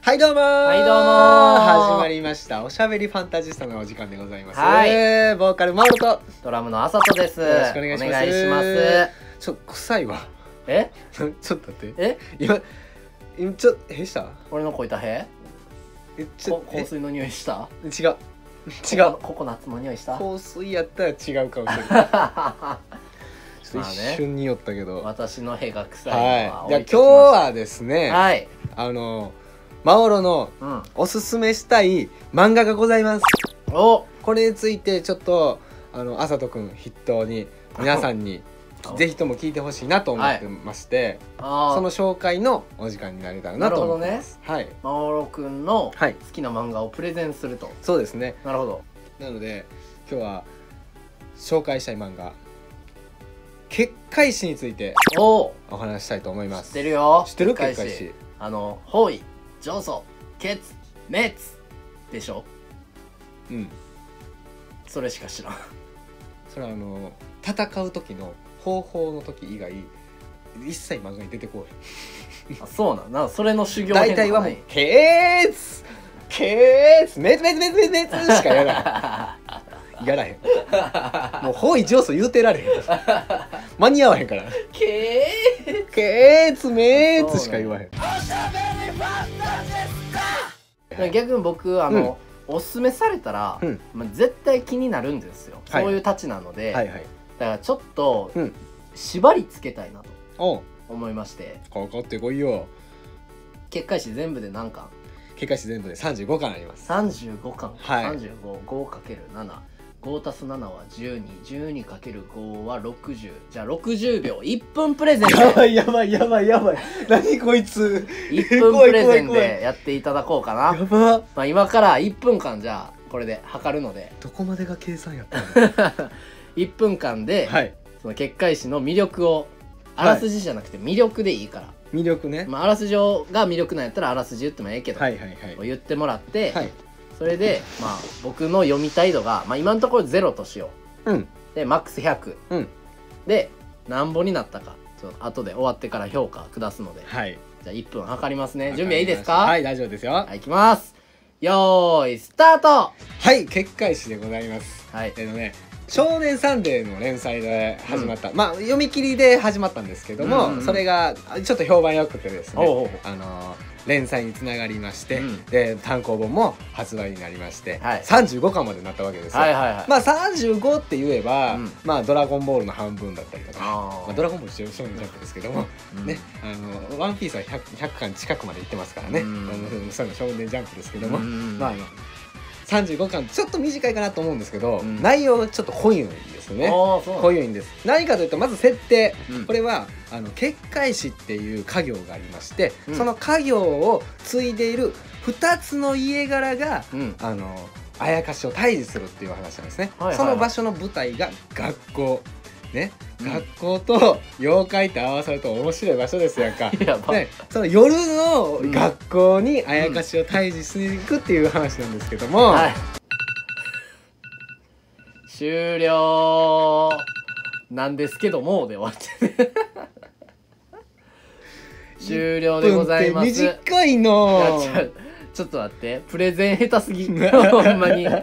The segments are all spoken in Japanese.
はいどうもはいどうもー始まりましたおしゃべりファンタジスタのお時間でございますはいボーカルマウロとドラムのあさとです。よろしくお願いしますお願いしますちょっと臭いわ え、ちょっと待ってえ、今今ちょっへした俺の声たへ？えちょこっと香水の匂いした？違う違うココココナッツの匂いした？香水やったら違うか もしれないちょっとまあね一瞬におったけど、 私の屁が臭いのははいじゃあ置今いと日きましょう。はですね、はい。あのマオロのうん。おすすめしたい漫画がございますお、これについてちょっとあのあさとくん筆頭に皆さんにあぜひとも聞いてほしいなと思ってまして、あそそのの紹介のお時間になれたらなと思ってます、はいマオロくんのはい好きな漫画をプレゼンすると。そうですねなるほど。なので今日は紹介したい漫画「結界誌」についてお、お話ししたいと思いま知すってるよ。知ってる深い結し界誌あの包囲、上層、血、滅でしょ。うんそれしか 知らん。それはあの戦う時の方法の時以外一切漫画に出てこないあ、そうなん。なんかそれの修行編大体とかはもなうい「ケーツケーツメツメツメツメツ」しかやら へんやらへんもう本意上層言うてられへん間に合わへんからけー「ケーツメツ」しか言わへんはい逆に僕あの、おすすめされたら、うんまあ、絶対気になるんですよ、はいそういうたちなので、はいはいだからちょっと、うん縛りつけたいなとおう思いましてかかってこいよ結界誌全部で何巻結界誌全部で35巻あります35巻、はい 355×7 5足す7は1212かける5は60じゃあ60秒1分プレゼンやばでいやばいやばいやばい何こいつ1分プレゼン怖い怖い怖いでやっていただこうかやな、ばまあ、今から1分間じゃあこれで測るのでどこまでが計算や ったの1分間で、はいその結界誌の魅力をあらすじじゃなくて魅力でいいから、魅力ねまあ、あらすじが魅力なんやったらあらすじ言ってもええけど、はいはいはい言ってもらって、はいそれで、まあ、僕の読みたい度が、まあ、今のところゼロとしようんうでマックス100うんで何本になったかちょっと後で終わってから評価下すのではいじゃあ1分測りますね準備はいいですかはいい、大丈夫ですよはい、いきますよーいスタートはい、結界誌でございます。はいえっとね、少年サンデーの連載で始まった、まあ読み切りで始まったんですけども、うんうんうんそれがちょっと評判良くてですね、おうおうあのー連載につながりまして、うんで単行本も発売になりまして、はい35巻までなったわけですよ。はいはいはい、まあ35って言えば、うんまあドラゴンボールの半分だったりとか、あーまあドラゴンボール少年ジャンプですけども、うんね、あのワンピースは 100, 100巻近くまで行ってますからね、うんあのその少年ジャンプですけども、うんまああの35巻ちょっと短いかなと思うんですけど、うん内容がちょっと濃いんですよねあーそうなんだ濃いんです何かというとまず設定、うんこれはあの結界師っていう家業がありまして、うんその家業を継いでいる2つの家柄がうんあのあやかしを退治するっていう話なんですね、はいはいはいその場所の舞台が学校ね、うん学校と妖怪って合わさると面白い場所ですやん かやば、ね、その夜のうん学校にあやかしを退治しに行くっていう話なんですけども、はい。終了なんですけどもうで終わってね終了でございます。 1分って短いのいや違うちょっと待ってプレゼン下手すぎほんまにあ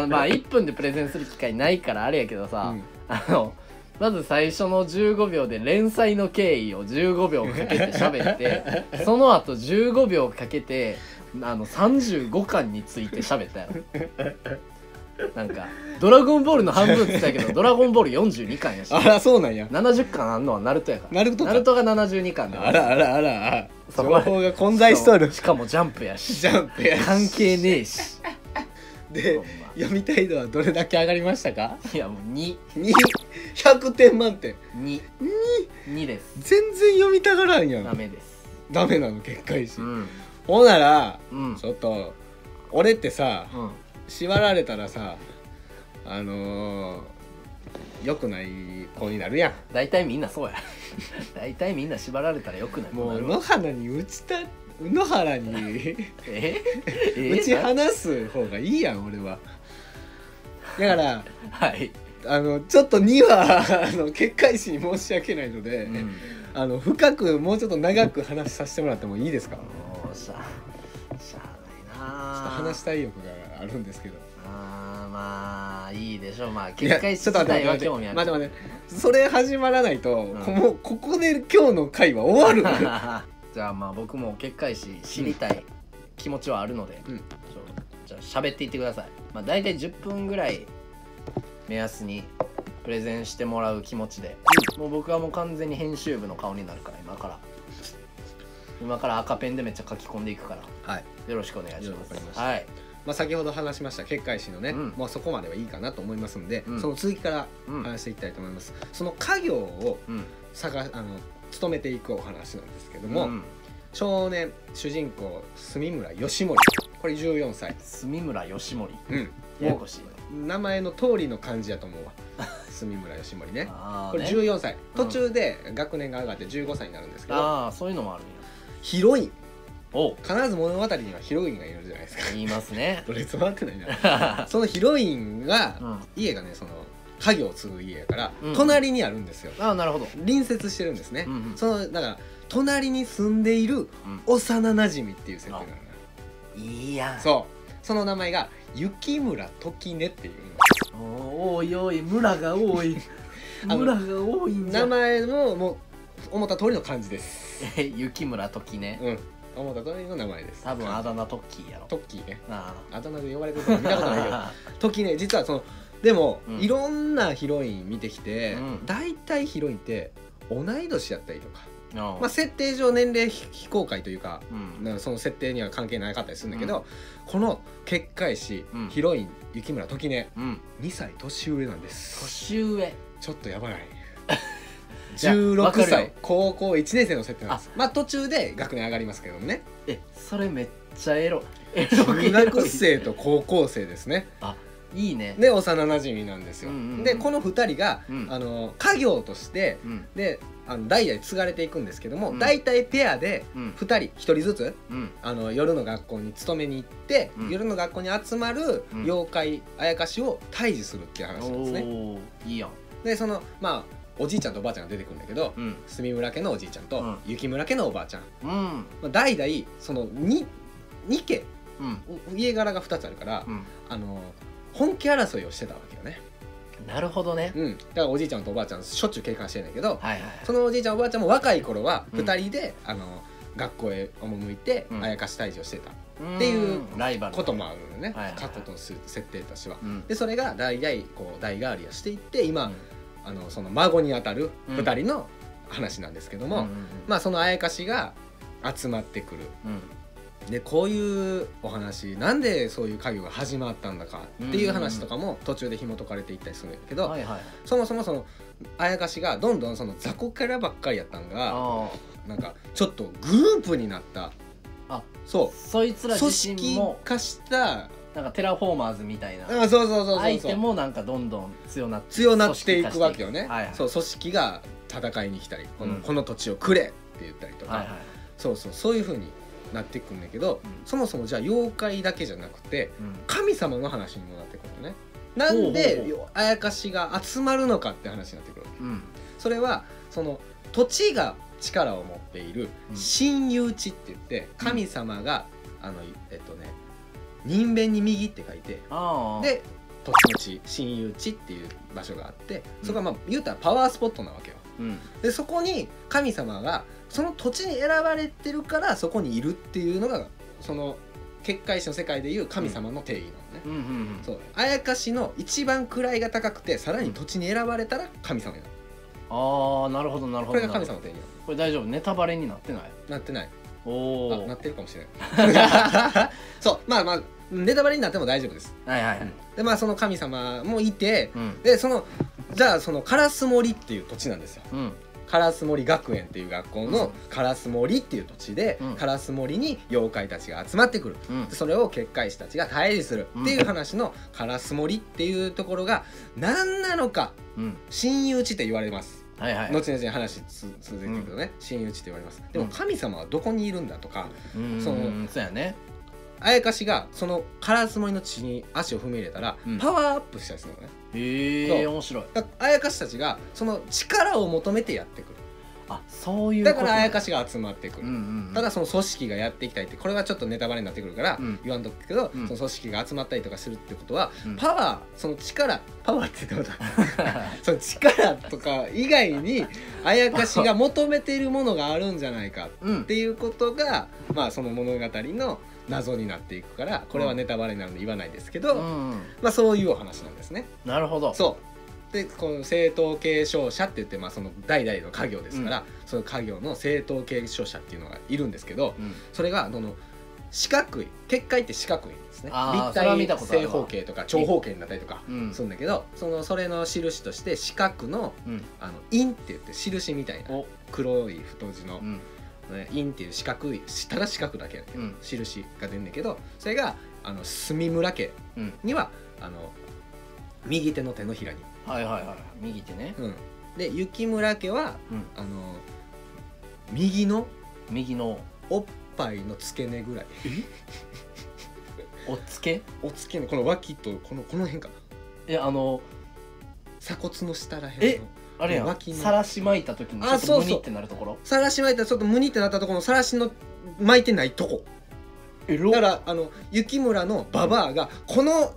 のまあ1分でプレゼンする機会ないからあれやけどさ、うんあのまず最初の15秒で連載の経緯を15秒かけて喋ってその後15秒かけてあの35巻について喋ったやろなんか「ドラゴンボール」の半分って言ってたけど「ドラゴンボール」42巻やしあらそうなんや70巻あんのはナルトやからナルトかナルトが72巻だあらあらあらそ情こまで報が混在しとるしかもジャンプやしジャンプやし関係ねえしでほんま読みたいのはどれだけ上がりましたかいやもう2 200点満点2 2です全然読みたがらんやダんメですダメなの結界し、うんほならうんちょっと俺ってさうん縛られたらさあのー、よくない子になるやん大体みんなそうや 大体みんな縛られたらよくないもなうる野原に打ちた野原 にえ え打ちな放す方がいいやん俺はだからはい、あのちょっと2はあの結界誌に申し訳ないので、うん、あの深くもうちょっと長く話させてもらってもいいですかおーしゃしちょゃあっとないな話したい欲があるんですけどあーまあいいでしょうまあい結や果ちょ自っと待っ体ては待って興味待あっ てる待ってそれ始まらないと、うんもうここで今日の回は終わ るじゃあまあ僕も結界し知りたい気持ちはあるので、うんちょじゃあ喋っていってください、まあ、大体10分ぐらい目安にプレゼンしてもらう気持ちで、もう僕はもう完全に編集部の顔になるから今から今から赤ペンでめっちゃ書き込んでいくからはい、よろしくお願いしますわかりましたはいまあ、先ほど話しました結界誌のね、うんもうそこまではいいかなと思いますんで、うんその続きからうん、話していきたいと思います、その家業をうん探あの務めていくお話なんですけども、ん少年主人公住村義盛これ14歳住村義盛うん大越名前の通りの感じやと思 うわ住村義盛ねあこーれね14歳途中で学年が上がって15歳になるんですけどあーそういうのもあるんやヒロインおう必ず物語にはヒロインがいるじゃない ですか言いますねどれつまってないなそのヒロインがうん家がねその家業を継ぐ家やから、うん隣にあるんですよああなるほど隣接してるんですね、うんうんそのだから隣に住んでいる幼なじみっていう設定なのよいいやんそうその名前が雪村時音っていうおおいおい村が多 いあの村が多いんじゃ名前ももう思った通りの漢字ですえ 雪村時ねうん思った通りの名前です多分あだ名トッキーやろトッキーねなあだ名で呼ばれてるの見たことない けどあ時ね実はそのでも、うんいろんなヒロイン見てきて、うん大体ヒロインって同い年やったりとか、うんまあ、設定上年齢非非公開というかうんなんかその設定には関係なかったりするんだけど、この結界師、うんヒロイン雪村時音うん2歳年上なんです年上ちょっとやば ないやわか16るよ歳高校1年生の設定なんですまあ途中で学年上がりますけどもねえそれめっちゃエロエロ中学生と高校生ですね いいねで幼なじみなんですよ、うんうんうんでこの2人が、うんあの家業としてうんであの代々継がれていくんですけども、うん大体ペアでうん2人1人ずつうんあの夜の学校に勤めに行って、うん夜の学校に集まるうん妖怪あやかしを退治するっていう話なんですね。おおいいやんでそのまあおじいちゃんとおばあちゃんが出てくるんだけど、うん住村家のおじいちゃんと、うん雪村家のおばあちゃん、うんまあ、代々その 2, 2家うんお家柄が2つあるから、うんあの本気争いをしてたわけよね。なるほどねうん、だからおじいちゃんとおばあちゃんしょっちゅう警戒してるんだけど、はいはいはいそのおじいちゃんおばあちゃんも若い頃はうん2人で、あの学校へ赴いてうんあやかし退治をしてたっていうライバルこともあるのね、はいはいはい過去とす設定としては。うんでそれが代々こう代替わりをしていって今、うんあのその孫にあたる2人の話なんですけども、うんうんうんまあ、そのあやかしが集まってくる。うんでこういうお話なんでそういう家業が始まったんだかっていう話とかも途中で紐解かれていったりするんだけど、はいはいはいそもそもそのあやかしがどんどんその雑魚キャラばっかりやったんがあなんかちょっとグループになったああそそいうつら組自身織も化したなんかテラフォーマーズみたいなあそうそうそうそう相そ手うもなんかどんどん強なって強なっていくわけよね、組織化していくはいはいそう組織が戦いに来たりこの,、うんこの土地をくれって言ったりとか、はいはいそうそうそういう風になっていくんだけど、うんそもそもじゃあ妖怪だけじゃなくてうん神様の話にもなってくるのね。なんでほうほあやかしが集まるのかって話になってくるうんそれはその土地が力を持っているうん神遊地って言って神様が、あのえっとね人弁に右って書いてああで土地の地神遊地っていう場所があってそこはまあ言うたらパワースポットなわけよ。うんでそこに神様がその土地に選ばれてるからそこにいるっていうのがその結界史の世界でいう神様の定義なのね。うんうんうんそうあやかしの一番位が高くてさらに土地に選ばれたら神様になるああなるほどなるほこどれが神様なの定る義なのほどこれ大丈夫ネタバレになってないなってないおあおなってるかもしれない そうまあまあネタバレになっても大丈夫ですはいはいはいでまあその神様もいてうんでそのじゃあその烏森っていう土地なんですようん烏森学園っていう学校の烏森っていう土地でうん烏森に妖怪たちが集まってくるうんでそれを結界師たちが退治するっていう話の烏森っていうところが何なのかうん親友地って言われますはいはい後々話つ続いていくけどね、親友地って言われますでもうん神様はどこにいるんだとかうんそのうんそうやねあやかしがその烏森の地に足を踏み入れたら、うんパワーアップしたりするのねへそえう面白いだからあやかしたちがその力を求めてやってくるあそういうこだとからあやかしが集まってくうんる、うんうんただその組織がやっていきたいってこれはちょっとネタバレになってくるからうん言わんとくけど、うんその組織が集まったりとかするってことは、うんパワーその力パワーって言ってもらった その力とか以外にあやかしが求めているものがあるんじゃないか うんっていうことが、まあ、その物語の謎になっていくからこれはネタバレなので言わないですけど、うんうんまあ、そういうお話なんですね。なるほどそうでこの正統継承者って言って、まあ、その代々の家業ですから、その家業の正統継承者っていうのがいるんですけどうんそれがその四角い結界って四角いんですねあー立それは見体たことある正わ方形とか長方形になったりとかうんするんだけど、そのそれの印として四角のうんあの印って言って印みたいなお黒い太字のう、んね、印っていう四角いただ四角だけやねんけどうん印が出んねんけどそれがあの住村家うんにはあの右手の手のひらにはいはいはい右手ねうん、で雪村家はうんあの右の右のおっぱいの付け根ぐらいおっつけお付け根この脇とこのこの辺かなえあの鎖骨の下らへんのあれやん脇のさらし巻いた時にちょあっそうとムそうニってなるところさらし巻いたらちょっとムニってなったところのさらしの巻いてないとこえろだからあの雪村のババアがこの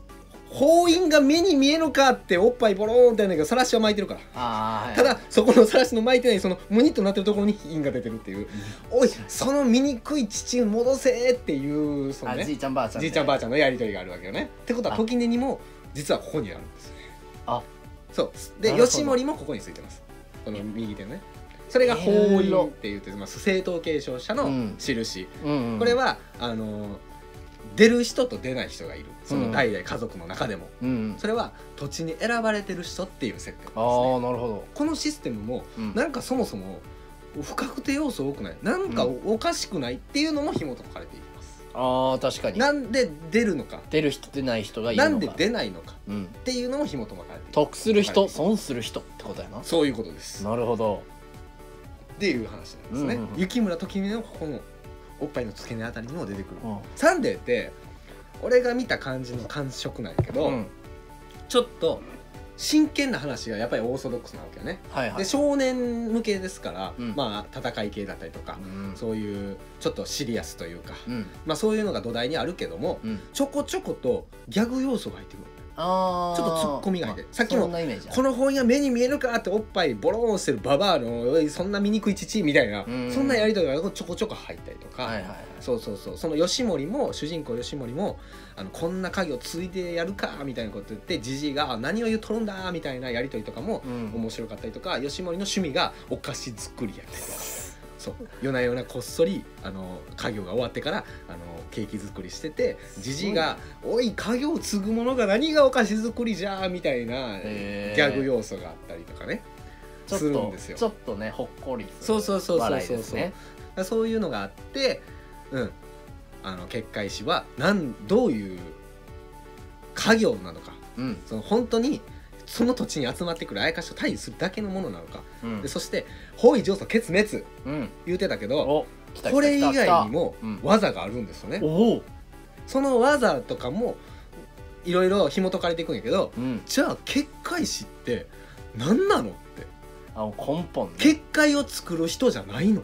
法印が目に見えるかっておっぱいボローンってやるんだけどさらしは巻いてるからああただそこのさらしの巻いてないそのムニっとなってるところに印が出てるっていうおいその醜い父に戻せっていうそのあねじいちゃんばあちゃんじいちゃんばあちちゃんのやり取りがあるわけよね。ってことはあ時根にも実はここにあるんですよね。あそうなでるほど吉森もここについてますこの右手のね。それが法印って言ってまあ正統継承者うのん印、ゃん、うんうん、これはあの出る人と出ない人がいるその代々家族の中でも、うんうんそれは土地に選ばれてる人っていう設定なんですあね。あなるほど、このシステムもうんなんかそもそも不確定要素多くないなんかおかしくないっていうのも紐解かれています。ああ確かになんで出るのか出る人出ない人がいるなのかんで出ないのかうん、っていうのも紐解かれている得する人、はい損する人ってことやなそういうことですっなるほどていう話なんですね、うんうんうん雪村ときみのここのおっぱいの付け根あたりにも出てくる、うんサンデーって俺が見た感じの感触なんやけど、うんちょっと真剣な話がやっぱりオーソドックスなわけよね、はいはでい少年向けですから、うんまあ戦い系だったりとかう、んそういうちょっとシリアスというか、うんまあそういうのが土台にあるけどもうんちょこちょことギャグ要素が入ってくるああちょっとツッコミが入ってさっきもそんなイメージあるこの本が目に見えるかっておっぱいボローンしてるババアのおいそんな醜い父みたいなうんそんなやり取りがちょこちょこ入ったりとか、はいはいはいそうそうそうその吉森も主人公吉森もあのこんな家業継いでやるかみたいなこと言ってじじいがあ何を言うとるんだみたいなやり取りとかもうん面白かったりとか吉森の趣味がお菓子作りやったりとか。そう夜な夜なこっそりあの家業が終わってからあのケーキ作りしててじじいが「おい家業継ぐものが何がお菓子作りじゃ」みたいなへーギャグ要素があったりとかねちょっするんとですよちょっとねほっこりするそうそうそうそうそう笑いですねそういうのがあってうんあの結界師はなんどういう家業なのかうんその本当にその土地に集まってくるあやかしを退治するだけのものなのかうんでそして包囲上層決滅うん言うてたけどお来た来た来た来たこれ以外にもうん技があるんですよね、おおその技とかもいろいろ紐解かれていくんやけどうんじゃあ結界師って何なのってあの根本ね結界を作る人じゃないの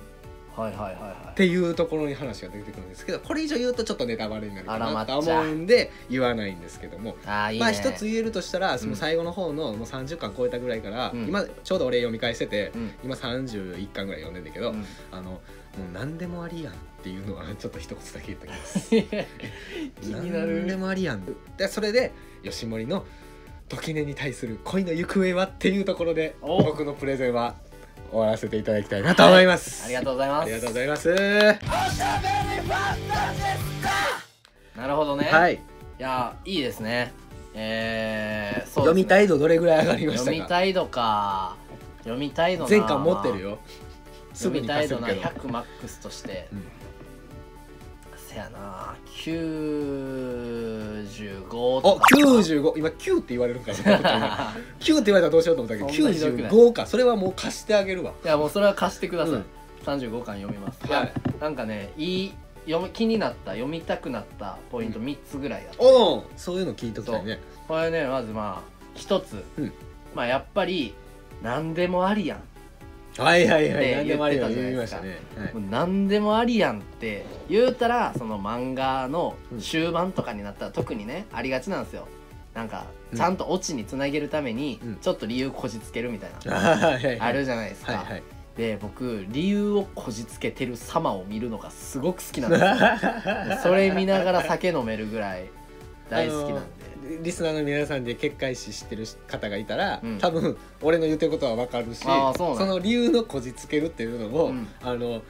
はいはいはいはっいていうところに話が出てくるんですけどこれ以上言うとちょっとネタバレになるかあらまなっちとゃ思うんで言わないんですけども。あーいいねまあ一つ言えるとしたらそのうん最後の方のもう30巻超えたぐらいから、うん今ちょうど俺読み返してて うん今31巻ぐらい読んでんだけど、うんあのもう何でもありやんっていうのはちょっと一言だけ言っときます気になる何でもありやんでそれで吉森の時根に対する恋の行方はっていうところでお僕のプレゼンは終わらせていただきたいなと思います、ありがとうございますありがとうございますなるほどねはいいやいいですねえー、そうですね読みたい度どれぐらい上がりましたか読みたい度か読みたい度な前回持ってるよすぐ読にみた貸いせ度るけなど100マックスとして、うんせやな95おとか95今9って言われるんかなと思った今 9って言われたらどうしようと思ったけどそんなひどくない95かそれはもう貸してあげるわ いやもうそれは貸してください、うん35巻読みます、はいやなんかねいい読み気になった読みたくなったポイントうん3つぐらいあって、おおそういうの聞いときたいねこれねまずまあ一つ、うんまあやっぱり何でもありやんはいはいはいね何でもあり言はってたじゃな言いいでますしかたねはいもう何でもありやんって言うたらその漫画の終盤とかになったら特にねありがちなんですよなんかうんちゃんとオチにつなげるためにうんちょっと理由こじつけるみたいな、あ はいはいはいあるじゃないですか、はい はいで僕理由をこじつけてる様を見るのがすごく好きなん ですよもうそれ見ながら酒飲めるぐらい大好きなんで、あのリスナーの皆さんで結界師知ってる方がいたら、うん多分俺の言ってることはわかるしあーそうなんやの理由のこじつけるっていうのも、うんあの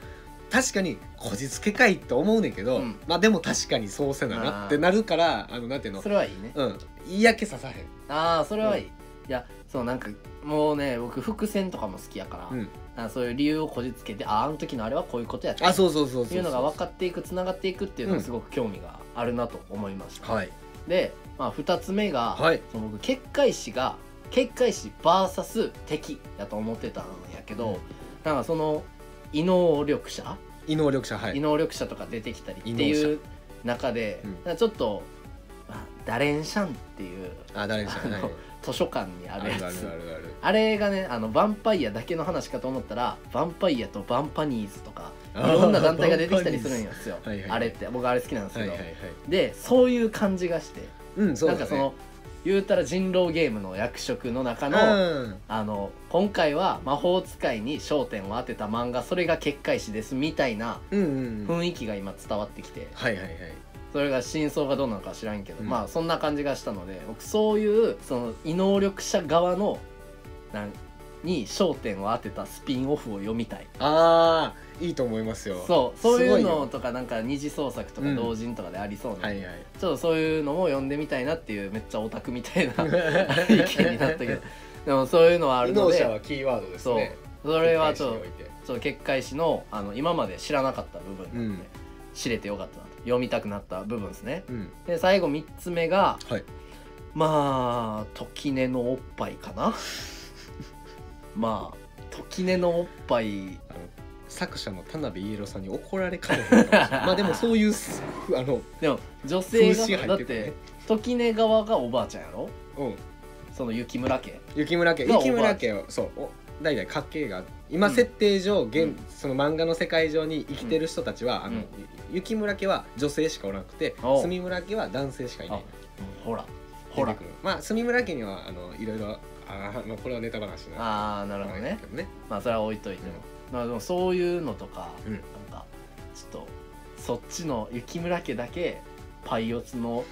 確かにこじつけかいって思うねんけど、うんまあでも確かにそうせななってなるからあのなんていうのそれはいいねうん嫌気ささへんああそれはいい、いやそうなんかもうね僕伏線とかも好きやから、うんあそういう理由をこじつけてあああの時のあれはこういうことやったあそうそうそうそうっていうのが分わかっていくつながっていくっていうのがすごく興味があるなと思いました、はいで、まあ、2つ目が、はいその僕結界師が結界師 VS 敵やと思ってたんやけど、うんなんかその異能力者、異能力者はい異能力者とか出てきたりっていう中で、うんなんかちょっと、まあ、ダレンシャンっていうあ誰でした あの図書館にああるるやあつるあるあるあれがねあのヴァンパイアだけの話かと思ったらヴァンパイアとヴァンパニーズとかいあーろんな団体が出てきたりするんですよ ンパニーズはいはいあれって僕あれ好きなんですはけいど、はいはいでそういう感じがして、うんそうなだ、んね、かその言うたら人狼ゲームの役職の中の、うんあの今回は魔法使いに焦点を当てた漫画それが結界誌ですみたいなうんうんうん雰囲気が今伝わってきてはいはいはいそれが真相がどうなのかは知らんけど、うんまあそんな感じがしたので僕そういうその異能力者側のなんに焦点を当てたスピンオフを読みたいああいいと思いますよそうそういうすごいのよとかなんか二次創作とかうん同人とかでありそうな、はいはいちょっとそういうのも読んでみたいなっていうめっちゃオタクみた いな意見になったけどでもそういうのはある異の能で者はキーワードですそうねそれはちょっと世界史においてそう結界史のあの今まで知らなかった部分なのうんで、知れてよかったなと読みたくなった部分ですねうんで最後3つ目がはいまあ時根のおっぱいか なまあ時根のおっぱいあの作者の田辺イエロさんに怒られかね ないかもしれないまあでもそういうすあのでも女性風刺が入だっってるねて時根側がおばあちゃんやろうんその雪村家雪村家がおばあ雪村家をそうお代々家系が今うん設定上、現うんその漫画の世界上に生きてる人たちは、あうんの雪村家は女性しかおらなくておう住村家は男性しかいないうんほらほら出てくるまあ住村家にはあのいろいろあー、まあ、これはネタ話なああなるほどねけどねまあそれは置いといても、まあでもそういうのとか、うんなんかちょっとそっちの雪村家だけパイオツの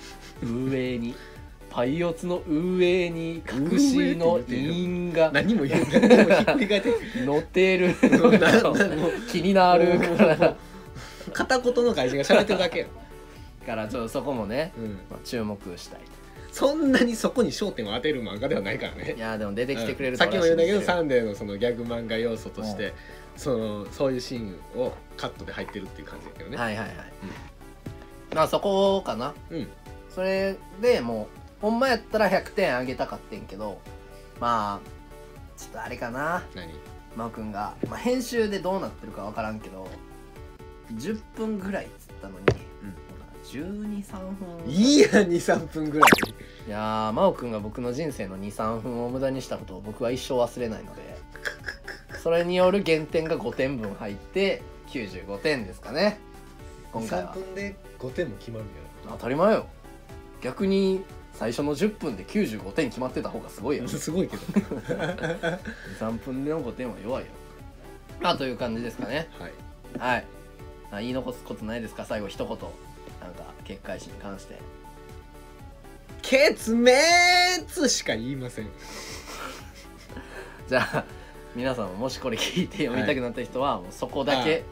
運 営にパイオツの運営に隠しの運営って言ってる委員が何も言う何もひっくり返って乗っているのがななもう 気になるからもう片言の外人が喋ってるだけよ、 からちょっとそこもね、うん、まあ、注目したいそんなにそこに焦点を当てる漫画ではないからねいやーでも出てきてくれるさっきも言うんだけど「俺はサンデー」のそのギャグ漫画要素として、そのそういうシーンをカットで入ってるっていう感じだけど信じてるね、はいはいはい、まあそこかなうんそれでもうほんまやったら100点あげたかってんけどまあちょっとあれかな何真央くんが、まあ、編集でどうなってるか分からんけど10分ぐらいっつったのに、123分いいいや23分ぐらいやー真央くんが僕の人生の23分を無駄にしたことを僕は一生忘れないのでそれによる減点が5点分入って95点ですかね今回は23分で5点も決まるんや当たり前よ逆に最初の10分で95点決まってた方がすごいよな すごいけど は3分での5点は弱いよまあという感じですかねいはいあ言い残すことないですか最後一言なんか結界誌に関して「決滅!」しか言いませんじゃあ皆さんももしこれ聞いて読みたくなった人はもうそこだけ、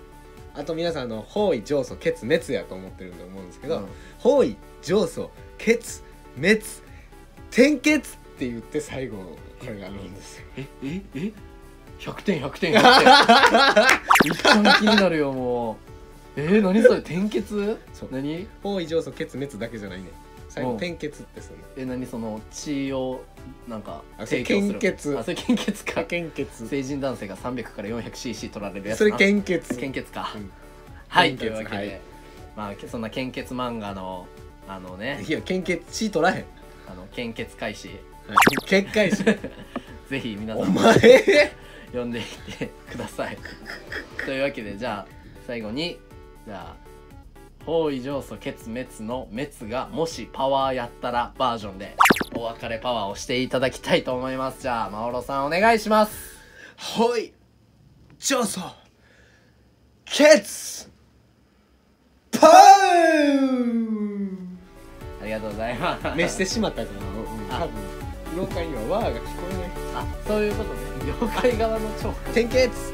あと皆さんあの包囲上層決滅やと思ってると思うんですけど、うん包囲上層決滅転結って言って最後これがあるんですよえええ100点100点100点一番気になるよもうえー、何それ転結そう何方位上層決滅だけじゃないね最うん後献血ってするえ何その血をなんかあそ提れ供する献血あそれ献血かの献血成人男性が300から 400cc 取られるやつそれな献血献血か、うんは献いと血いうわけで、はいまあけそんな献血漫画のあのねいや献血血取らへんあの献血開始 結界師ぜひ皆おさん前読んでいってください。 というわけでじゃあ最後にじゃあ方位上素決滅の滅がもしパワーやったらバージョンでお別れパワーをしていただきたいと思います。じゃあまおろさんお願いします。はいじゃあさケツパウありがとうございます。召してしまったから、うん、多あ分廊下には「わ」が聞こえないあそういうことね。業界側の超「天ケツ